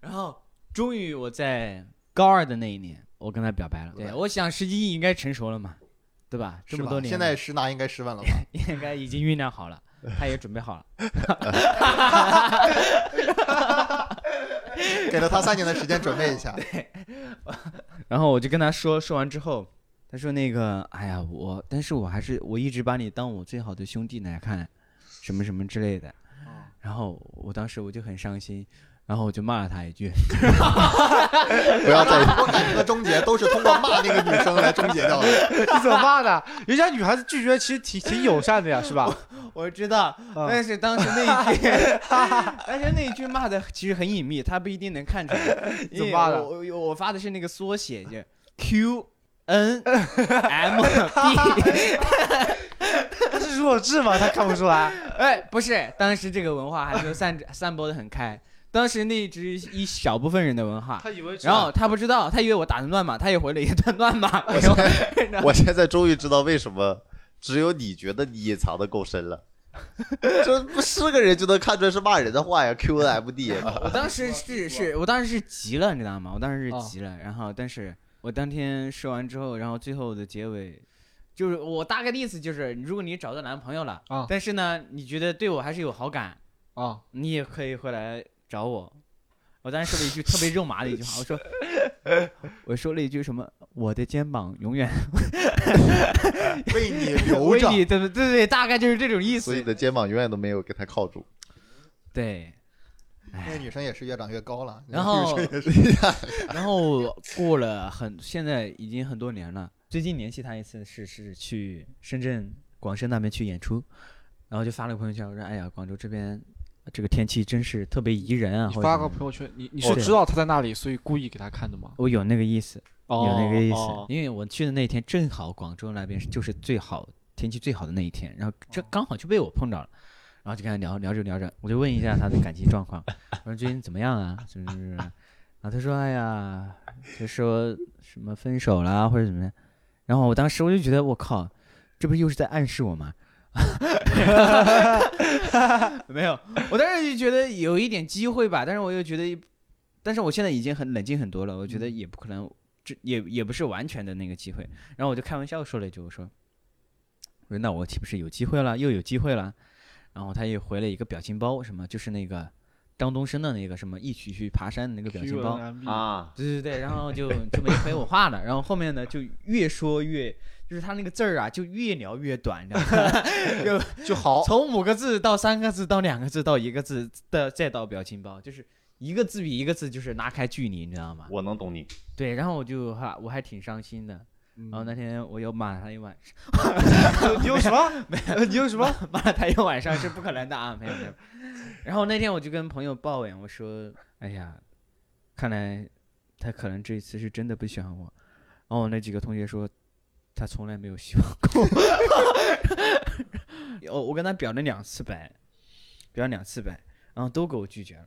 [SPEAKER 2] 然后，终于我在高二的那一年，我跟他表白了。对，我想时机应该成熟了嘛，对吧？ 这
[SPEAKER 4] 是
[SPEAKER 2] 么
[SPEAKER 4] 吧
[SPEAKER 2] 多年了，
[SPEAKER 4] 现在十拿应该十稳了吧？
[SPEAKER 2] 应该已经酝酿好了，他也准备 好了。
[SPEAKER 4] 给了他三年的时间准备一下。
[SPEAKER 2] 然后我就跟他说，说完之后，他说那个，哎呀，我，但是我还是我一直把你当我最好的兄弟来看，什么什么之类的。然后我当时我就很伤心，然后我就骂了他一句，
[SPEAKER 4] 不 要再，我感情的终结都是通过骂那个女生来终结掉的。
[SPEAKER 3] 你怎么骂的？人家女孩子拒绝其实挺挺友善的呀，是吧？
[SPEAKER 2] 我知道，
[SPEAKER 3] 嗯
[SPEAKER 2] 但是当时那一 句，但是那一句骂的其实很隐秘，他不一定能看 出来。因
[SPEAKER 3] 怎么
[SPEAKER 2] 为
[SPEAKER 3] 骂的
[SPEAKER 2] 我我我发的是那个缩写，就 Q N M D。
[SPEAKER 3] 他是弱智吗？他看不出来。
[SPEAKER 2] 哎，不是，当时这个文化还没有散散播的很开，当时那只一小部分人的文化。
[SPEAKER 3] 他以为
[SPEAKER 2] 然后他不知道，他以为我打的乱码，他也回了一段乱码。然后然后
[SPEAKER 1] 我现在终于知道为什么只有你觉得你隐藏的够深了， 这不是个人就能看出来是骂人的话呀，Q N M D
[SPEAKER 2] 我当时是是，我当时是急了，你知道吗？我当时
[SPEAKER 3] 哦
[SPEAKER 2] 是急了，然后但是我当天说完之后，然后最后的结尾，就是我大概的意思就是，如果你找到男朋友了，
[SPEAKER 3] 啊
[SPEAKER 2] 但是呢，你觉得对我还是有好感，
[SPEAKER 3] 啊，
[SPEAKER 2] 你也可以回来找我。我当时说了一句特别肉麻的一句话，我说，我说了一句什么，我的肩膀永远
[SPEAKER 4] 为你留
[SPEAKER 2] 为
[SPEAKER 4] 着，
[SPEAKER 2] 你，对对对对，大概就是这种意
[SPEAKER 1] 所以你
[SPEAKER 2] 思。
[SPEAKER 1] 的肩膀永远都没有给他靠住。
[SPEAKER 2] 对，
[SPEAKER 4] 那个女生也是越长越高了。
[SPEAKER 2] 然后
[SPEAKER 4] 女生 也是
[SPEAKER 2] 然后过了很，现在已经很多年了。最近联系他一次是是去深圳、广深那边去演出，然后就发了个朋友圈，我说：“哎呀，广州这边这个天气真是特别宜人啊。”
[SPEAKER 3] 你
[SPEAKER 2] 或者
[SPEAKER 3] 发
[SPEAKER 2] 什
[SPEAKER 3] 个
[SPEAKER 2] 么的
[SPEAKER 3] 朋友圈，你你
[SPEAKER 2] 是
[SPEAKER 3] 是知道他在那里，所以故意给他看的吗？
[SPEAKER 2] 我有那个意思，
[SPEAKER 3] 哦，
[SPEAKER 2] 有那个意思，
[SPEAKER 3] 哦
[SPEAKER 2] 因为我去的那天正好广州那边是就是最好天气最好的那一天，然后
[SPEAKER 3] 哦
[SPEAKER 2] 这刚好就被我碰着了，然后就跟他聊聊着聊着，我就问一下他的感情状 况，我说最近怎么样啊？怎么怎么怎么？然后他说哎呀，就说什么分手啦或者怎么样，然后我当时我就觉得我靠，这不是又是在暗示我吗？ 没有，我当时就觉得有一点机会吧，但是我又觉得，但是我现在已经很冷静很多了，我觉得也不可能，这也也不是完全的那个机会。然后我就开玩笑说了一句，我说，我说那我岂不是有机会了，又有机会了？然后他又回了一个表情包，什么就是那个张东升的那个什么一起去爬山的那个表情包，
[SPEAKER 3] QNMB
[SPEAKER 1] 啊，
[SPEAKER 2] 对对对，然后就就没回我话了。然后后面呢，就越说越，就是他那个字儿啊，就越聊越短，你知道吗？
[SPEAKER 4] 就好，
[SPEAKER 2] 从五个字到三个字到两个字到一个字的再到表情包，就是一个字比一个字就是拉开距离，你知道吗？
[SPEAKER 1] 我能懂你。
[SPEAKER 2] 对，然后我就哈，我还挺伤心的。
[SPEAKER 3] 嗯
[SPEAKER 2] 然后那天我又骂了他一晚上，
[SPEAKER 3] 你有什么？呃 你有什么？
[SPEAKER 2] 骂了他一晚上是不可能的啊，没有没有。然后那天我就跟朋友抱怨，我说：“哎呀，看来他可能这一次是真的不喜欢我。”然后我那几个同学说，他从来没有喜欢过 我。我我跟他表了两次白，表了两次白，然后都给我拒绝了。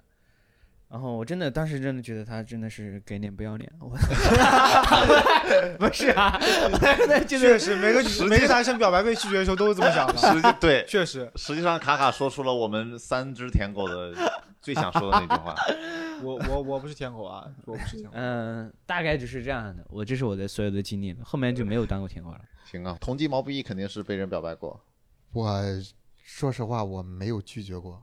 [SPEAKER 2] 然后我真的当时真的觉得他真的是给脸不要脸， 我 不是啊，我真的觉得
[SPEAKER 3] 确实，每个女每个男生表白被拒绝的时候都是这么想 的。
[SPEAKER 1] 实际对，
[SPEAKER 3] 确实，
[SPEAKER 1] 实际上卡卡说出了我们三只舔狗 的最想说的那句话。
[SPEAKER 3] 我我我不是舔狗啊，我不是舔狗。
[SPEAKER 2] 嗯，大概就是这样的。我这是我的所有的经历，后面就没有当过舔狗了。
[SPEAKER 1] 行啊，同鸡毛不易肯定是被人表白过。
[SPEAKER 4] 我说实话，我没有拒绝过，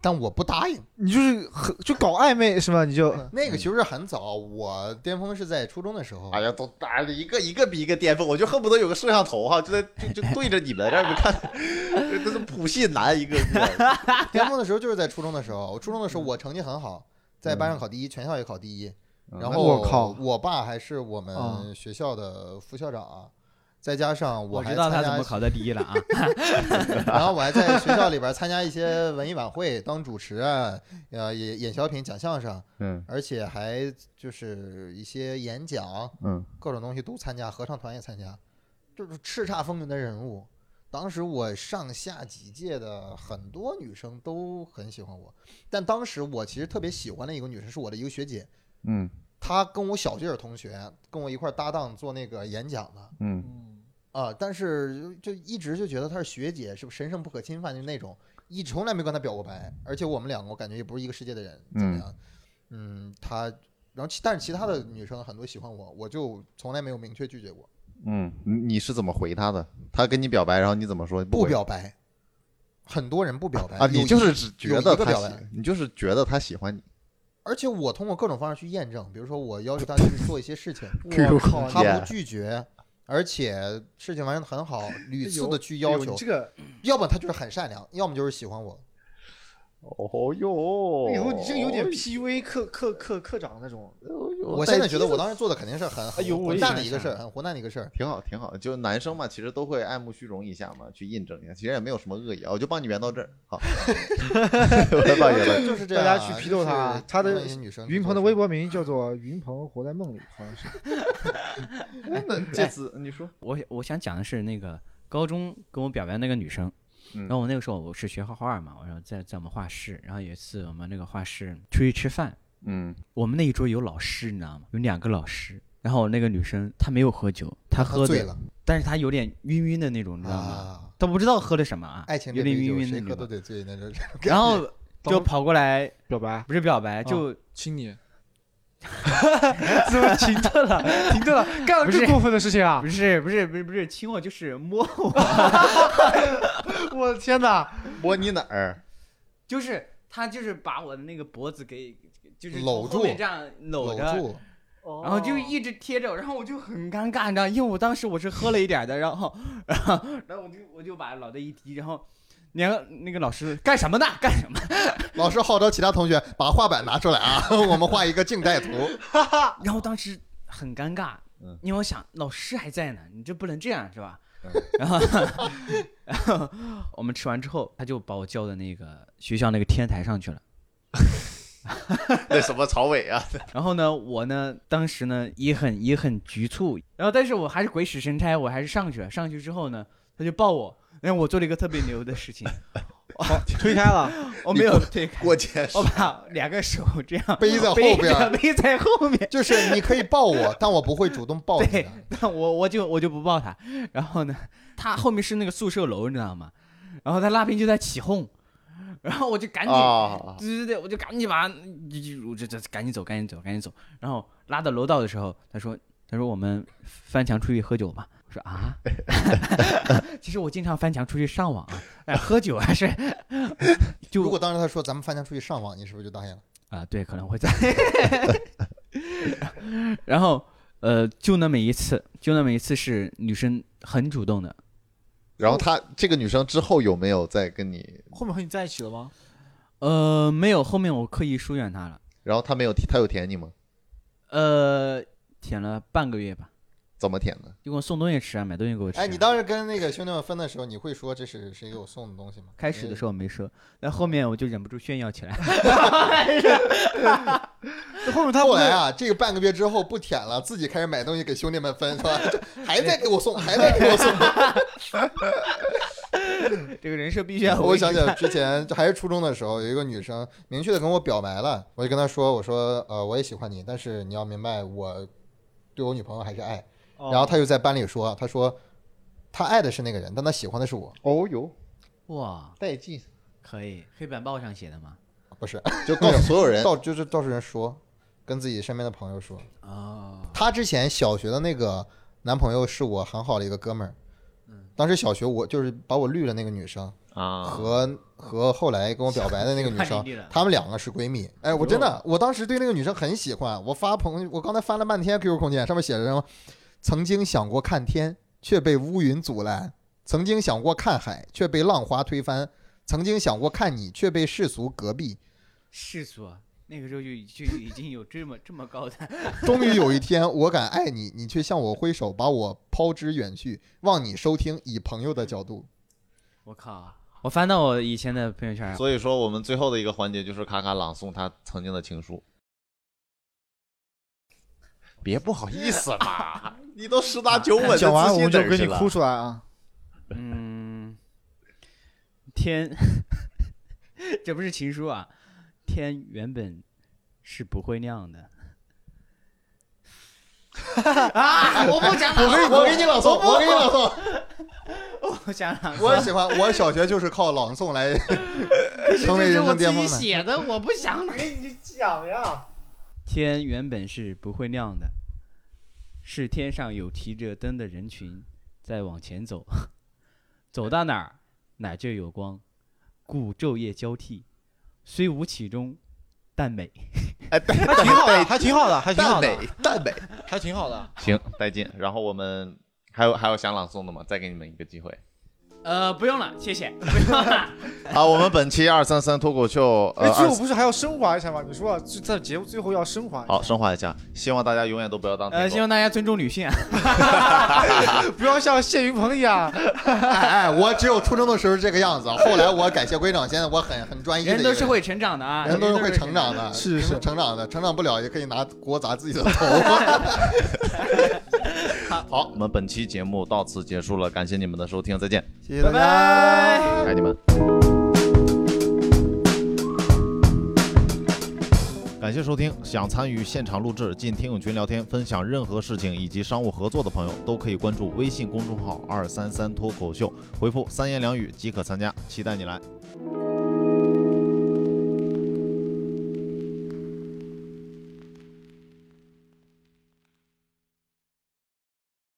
[SPEAKER 4] 但我不答应。
[SPEAKER 3] 你就是很就搞暧昧是吧？你就
[SPEAKER 4] 那个其实很早，我巅峰是在初中的时候。
[SPEAKER 1] 哎呀，都打的一个一个比一个巅峰，我就恨不得有个摄像头哈、就在就就对着你们让你们看， 这都是普信男一个个。
[SPEAKER 4] 巅峰的时候就是在初中的时候，我初中的时
[SPEAKER 2] 嗯
[SPEAKER 4] 候我成绩很好，在班上考第一，全校也考第一。
[SPEAKER 2] 嗯
[SPEAKER 4] 然
[SPEAKER 2] 哎
[SPEAKER 4] 后
[SPEAKER 3] 我靠
[SPEAKER 4] 我爸还是我
[SPEAKER 3] 啊
[SPEAKER 4] 们学校的副校长，再加上我
[SPEAKER 2] 我
[SPEAKER 4] 还
[SPEAKER 2] 知道
[SPEAKER 4] 参
[SPEAKER 2] 他
[SPEAKER 4] 加，
[SPEAKER 2] 怎么考到第一了 啊！
[SPEAKER 4] 然后我还在学校里边参加一些文艺晚会，当主持啊，呃，演演小品、讲相声，
[SPEAKER 1] 嗯
[SPEAKER 4] 而且还就是一些演讲，
[SPEAKER 1] 嗯，
[SPEAKER 4] 各种东西都参加，合唱团也参加，就是叱咤风云的人物。当时我上下几届的很多女生都很喜欢我，但当时我其实特别喜欢的一个女生是我的一个学姐，
[SPEAKER 1] 嗯
[SPEAKER 4] 他跟我小学是同学，跟我一块儿搭档做那个演讲的
[SPEAKER 1] 嗯
[SPEAKER 3] 嗯，
[SPEAKER 4] 啊，但是就一直就觉得她是学姐，是不是神圣不可侵犯，就那种，一从来没跟她表过白，而且我们两个我感觉也不是一个世界的人，怎么
[SPEAKER 1] 嗯
[SPEAKER 4] 样？嗯，她，然后其但是其他的女生很多喜欢我，我就从来没有明确拒绝过，
[SPEAKER 1] 嗯，你你是怎么回他的？他跟你表白，然后你怎么说？
[SPEAKER 4] 不
[SPEAKER 1] 回
[SPEAKER 4] 表白，很多人不表白
[SPEAKER 1] 啊？
[SPEAKER 4] 有
[SPEAKER 1] 你
[SPEAKER 4] 一
[SPEAKER 1] 就是只
[SPEAKER 4] 有
[SPEAKER 1] 觉
[SPEAKER 4] 一
[SPEAKER 1] 得
[SPEAKER 4] 个
[SPEAKER 1] 他
[SPEAKER 4] 表
[SPEAKER 1] 喜
[SPEAKER 4] 白，
[SPEAKER 1] 你就是觉得他喜欢你。
[SPEAKER 4] 而且我通过各种方式去验证，比如说我要求她去做一些 事情，
[SPEAKER 3] 我靠，
[SPEAKER 1] 空
[SPEAKER 3] 你
[SPEAKER 1] 间
[SPEAKER 4] 她不拒绝。而且事情完成的很好，屡次的去要
[SPEAKER 3] 哎呦
[SPEAKER 4] 求
[SPEAKER 3] 你，这个，
[SPEAKER 4] 要么她就是很善良，要么就是喜欢我。
[SPEAKER 1] 哦哟
[SPEAKER 3] 哎呦，你这个有点 PUA 课课课课长那种，
[SPEAKER 4] 我现在觉得我当时做的肯定是很
[SPEAKER 3] 哎呦
[SPEAKER 4] 很
[SPEAKER 3] 我
[SPEAKER 4] 混
[SPEAKER 3] 也
[SPEAKER 4] 蛋
[SPEAKER 3] 想
[SPEAKER 4] 的一个
[SPEAKER 3] 想
[SPEAKER 4] 事儿，很混蛋的一个事儿。
[SPEAKER 1] 挺好，挺好。就男生嘛，其实都会爱慕虚荣一下嘛，去印证一下，其实也没有什么恶意啊。我就帮你圆到这儿， 好，我再帮你圆 到这儿。
[SPEAKER 4] 就是这
[SPEAKER 3] 大
[SPEAKER 4] 样
[SPEAKER 3] 家
[SPEAKER 4] 啊，
[SPEAKER 3] 去批
[SPEAKER 4] 就
[SPEAKER 3] 斗
[SPEAKER 4] 是
[SPEAKER 3] 他他的
[SPEAKER 4] 那些女生
[SPEAKER 3] 云
[SPEAKER 4] 做
[SPEAKER 3] 鹏的
[SPEAKER 4] 事
[SPEAKER 3] 微，博名叫做“云鹏活在梦里”，好像是。
[SPEAKER 1] 哎那这次你说，
[SPEAKER 2] 我我想讲的是那个高中跟我表白那个女生，
[SPEAKER 1] 嗯
[SPEAKER 2] 然后我那个时候我是学画画嘛，然后在在我们画室，然后有一次我们那个画室出去吃饭，
[SPEAKER 1] 嗯，
[SPEAKER 2] 我们那一桌有老师，你知道吗？有两个老师，然后那个女生她没有喝酒，她
[SPEAKER 4] 喝
[SPEAKER 2] 喝
[SPEAKER 4] 醉
[SPEAKER 2] 的，
[SPEAKER 4] 了
[SPEAKER 2] 但是她有点晕晕的那种，你知道吗？
[SPEAKER 4] 啊！
[SPEAKER 2] 她不知道喝的什么啊，
[SPEAKER 4] 爱情
[SPEAKER 2] 有
[SPEAKER 4] 这
[SPEAKER 2] 点
[SPEAKER 4] 杯
[SPEAKER 2] 晕
[SPEAKER 4] 酒，
[SPEAKER 2] 晕的
[SPEAKER 4] 谁
[SPEAKER 2] 那
[SPEAKER 4] 喝都
[SPEAKER 2] 种，
[SPEAKER 4] 得醉那种。
[SPEAKER 2] 然后就
[SPEAKER 3] 懂
[SPEAKER 2] 跑过来，
[SPEAKER 3] 表白，
[SPEAKER 2] 不是表
[SPEAKER 4] 哦
[SPEAKER 2] 白，就
[SPEAKER 3] 亲 你，
[SPEAKER 2] 怎么停顿了？停顿了，
[SPEAKER 3] 干了
[SPEAKER 2] 不是
[SPEAKER 3] 更过分的事情啊
[SPEAKER 2] 不！是不是不是不是亲我，就是摸 我。
[SPEAKER 3] 我的天哪，
[SPEAKER 1] 摸你哪儿？
[SPEAKER 2] 就是他就是把我的那个脖子给就是从
[SPEAKER 4] 搂
[SPEAKER 2] 后面
[SPEAKER 4] 住
[SPEAKER 2] 这样
[SPEAKER 4] 搂
[SPEAKER 2] 搂着，
[SPEAKER 4] 住，
[SPEAKER 2] 然后就一直贴着我，然后我就很尴尬，你知道，因为我当时我是喝了一点儿的，然后然后然后我就我就把脑袋一低，然后。然后那个老师干什么呢？干什么？
[SPEAKER 4] 老师号召其他同学把画板拿出来啊， 我们画一个静态图。
[SPEAKER 2] 然后当时很尴尬
[SPEAKER 1] 嗯，
[SPEAKER 2] 因为我想老师还在呢，你这不能这样是吧
[SPEAKER 1] 嗯？
[SPEAKER 2] 然后 然后我们吃完之后，他就把我叫到那个学校那个天台上去了。
[SPEAKER 1] 那什么朝伟 啊？
[SPEAKER 2] 然后呢，我呢，当时呢也很也很局促，然后但是我还是鬼使神差，我还是上去了。上去之后呢，他就抱我，然后我做了一个特别牛的 事情，
[SPEAKER 4] 哦
[SPEAKER 3] 推开了，
[SPEAKER 2] 我没有推开，
[SPEAKER 1] 过肩是
[SPEAKER 2] 我把两个手这样
[SPEAKER 4] 背在后
[SPEAKER 2] 背
[SPEAKER 4] 边
[SPEAKER 2] 着
[SPEAKER 4] 儿
[SPEAKER 2] 背在后面，
[SPEAKER 4] 就是你可以抱我，但我不会主动抱你啊
[SPEAKER 2] 对
[SPEAKER 4] 的。
[SPEAKER 2] 但我我就我就不抱他。然后呢，他后面是那个宿舍楼，你知道吗？然后他那边就在起哄，然后我就
[SPEAKER 4] 哦
[SPEAKER 2] 赶紧
[SPEAKER 1] 啊，
[SPEAKER 2] 对对对，我就赶紧把，就就我这这赶紧走，赶紧走，赶紧走。然后拉到楼道的时候，他说他说我们翻墙出去喝酒吧。我说啊， 其实我经常翻墙出去上网啊，哎，喝酒还是就
[SPEAKER 4] 如果当时他说咱们翻墙出去上网，你是不是就答应了？
[SPEAKER 2] 啊、对，可能会在。 然后呃，就那么一次，就那么一次是女生很主动的，
[SPEAKER 1] 然后他这个女生之后有没有再跟你？
[SPEAKER 3] 后面和你在一起了吗？
[SPEAKER 2] 呃，没有，后面我刻意疏远她了，
[SPEAKER 1] 然后他没有他有舔你吗？
[SPEAKER 2] 呃，舔了半个月吧，
[SPEAKER 1] 怎么舔的？
[SPEAKER 2] 就给我送东西吃啊，买东西给我吃、啊。
[SPEAKER 4] 哎，你当时跟那个兄弟们分的时候，你会说这是谁给我送的东西吗？
[SPEAKER 2] 开始的时候没说，但后面我就忍不住炫耀起来。
[SPEAKER 3] 后面他
[SPEAKER 4] 后
[SPEAKER 3] 不
[SPEAKER 4] 来
[SPEAKER 3] 是
[SPEAKER 4] 啊，这个半个月之后不舔了，自己开始买东西给兄弟们分，是 吧？还在给我送，还在给我送。
[SPEAKER 2] 这个人设必须要
[SPEAKER 4] 我
[SPEAKER 2] 维持
[SPEAKER 4] 想起来之前还是初中的时候，有一个女生明确的跟我表白了，我就跟她说，我说呃我也喜欢你，但是你要明白我对我女朋友还是爱。
[SPEAKER 3] 哦
[SPEAKER 4] 然后她就在班里说，她说她爱的是那个人，但她喜欢的是我，
[SPEAKER 1] 哦哟，
[SPEAKER 2] 哇，
[SPEAKER 1] 带劲！
[SPEAKER 2] 可以，黑板报上写的吗？
[SPEAKER 4] 不是
[SPEAKER 1] 就告诉所有人，
[SPEAKER 4] 到就是到处人说，跟自己身边的朋友说，
[SPEAKER 2] 哦，
[SPEAKER 4] 她之前小学的那个男朋友是我很好的一个哥们儿。当时小学我就是把我绿了那个女生
[SPEAKER 1] 啊，
[SPEAKER 4] 和和后来跟我表白的那个女
[SPEAKER 2] 把
[SPEAKER 4] 生
[SPEAKER 2] 你绿了，
[SPEAKER 4] 她们两个是闺蜜。哎，我真的，我当时对那个女生很喜欢。我发朋友，我刚才翻了半天 QQ 空间，上面写着什么？曾经想过看天，却被乌云阻拦；曾经想过看海，却被浪花推翻；曾经想过看你，却被世俗隔壁。
[SPEAKER 2] 世俗啊，那个时候就已就已经有这么这么高的，
[SPEAKER 4] 终于有一天，我敢爱你，你却向我挥手，把我抛之远去。望你收听，以朋友的角度。
[SPEAKER 2] 我靠！我翻到我以前的朋友圈啊，
[SPEAKER 1] 所以说我们最后的一个环节就是卡卡朗诵他曾经的情书。别不好意思嘛， 你都十拿九稳的
[SPEAKER 3] 讲完
[SPEAKER 1] 自
[SPEAKER 3] 我
[SPEAKER 1] 信
[SPEAKER 3] 们就
[SPEAKER 1] 人
[SPEAKER 3] 给
[SPEAKER 1] 士
[SPEAKER 3] 你
[SPEAKER 1] 了
[SPEAKER 3] 哭出来啊！
[SPEAKER 2] 嗯，天， 这不是情书啊，天原本是不会亮的， 啊！我不讲
[SPEAKER 4] 我给
[SPEAKER 2] 了，
[SPEAKER 4] 你，我给你朗诵，我给你朗诵。
[SPEAKER 2] 我不讲了。
[SPEAKER 4] 我喜欢，我小学就是靠朗诵来 成为人生巅
[SPEAKER 2] 这
[SPEAKER 4] 峰
[SPEAKER 2] 是我自己。
[SPEAKER 4] 的
[SPEAKER 2] 写的，我不 想了。
[SPEAKER 3] 哎你讲呀，
[SPEAKER 2] 天原本是不会亮的，是天上有提着灯的人群在往前走， 走到哪儿哪就有光，故昼夜交替，虽无其中，但美。
[SPEAKER 1] 哎，带
[SPEAKER 3] 还挺好的，还挺好的，还挺
[SPEAKER 1] 蛋
[SPEAKER 3] 好
[SPEAKER 1] 美
[SPEAKER 3] 的，，
[SPEAKER 1] 蛋美，
[SPEAKER 3] 还挺好的。
[SPEAKER 1] 行，带劲。然后我们还有还有想朗诵的吗？再给你们一个机会。
[SPEAKER 2] 呃，不用了，谢谢。不用了。
[SPEAKER 1] 好，我们本期二三三脱口秀，
[SPEAKER 3] 哎
[SPEAKER 1] 呃，，
[SPEAKER 3] 最后
[SPEAKER 1] 二
[SPEAKER 3] 不是还要升华一下吗？你说了，就在节目最后要升华一下，
[SPEAKER 1] 好升华一下，希望大家永远都不要当舔
[SPEAKER 2] 呃，
[SPEAKER 1] 狗
[SPEAKER 2] 希。望大家尊重女性啊。
[SPEAKER 3] 不要像谢云鹏一样。
[SPEAKER 4] 哎哎，我只有初中的时候这个样子，后来我改邪归正，现在我很很专一的一
[SPEAKER 2] 人
[SPEAKER 4] 个
[SPEAKER 2] 都是会成长的啊，
[SPEAKER 4] 人都是
[SPEAKER 2] 是
[SPEAKER 4] 会成长 的，
[SPEAKER 3] 是是
[SPEAKER 4] 人都成长的，成长不了也可以拿锅砸自己的头。
[SPEAKER 1] 好，我们本期节目到此结束了，感谢你们的收听，再见，
[SPEAKER 4] 谢谢大
[SPEAKER 2] 拜
[SPEAKER 4] 家。
[SPEAKER 2] 拜
[SPEAKER 1] 爱你们。感谢收听，想参与现场录制、进听友群聊天、分享任何事情以及商务合作的朋友，都可以关注微信公众号“二三三脱口秀”，回复“三言两语”即可参加，期待你来。
[SPEAKER 2] 拜拜。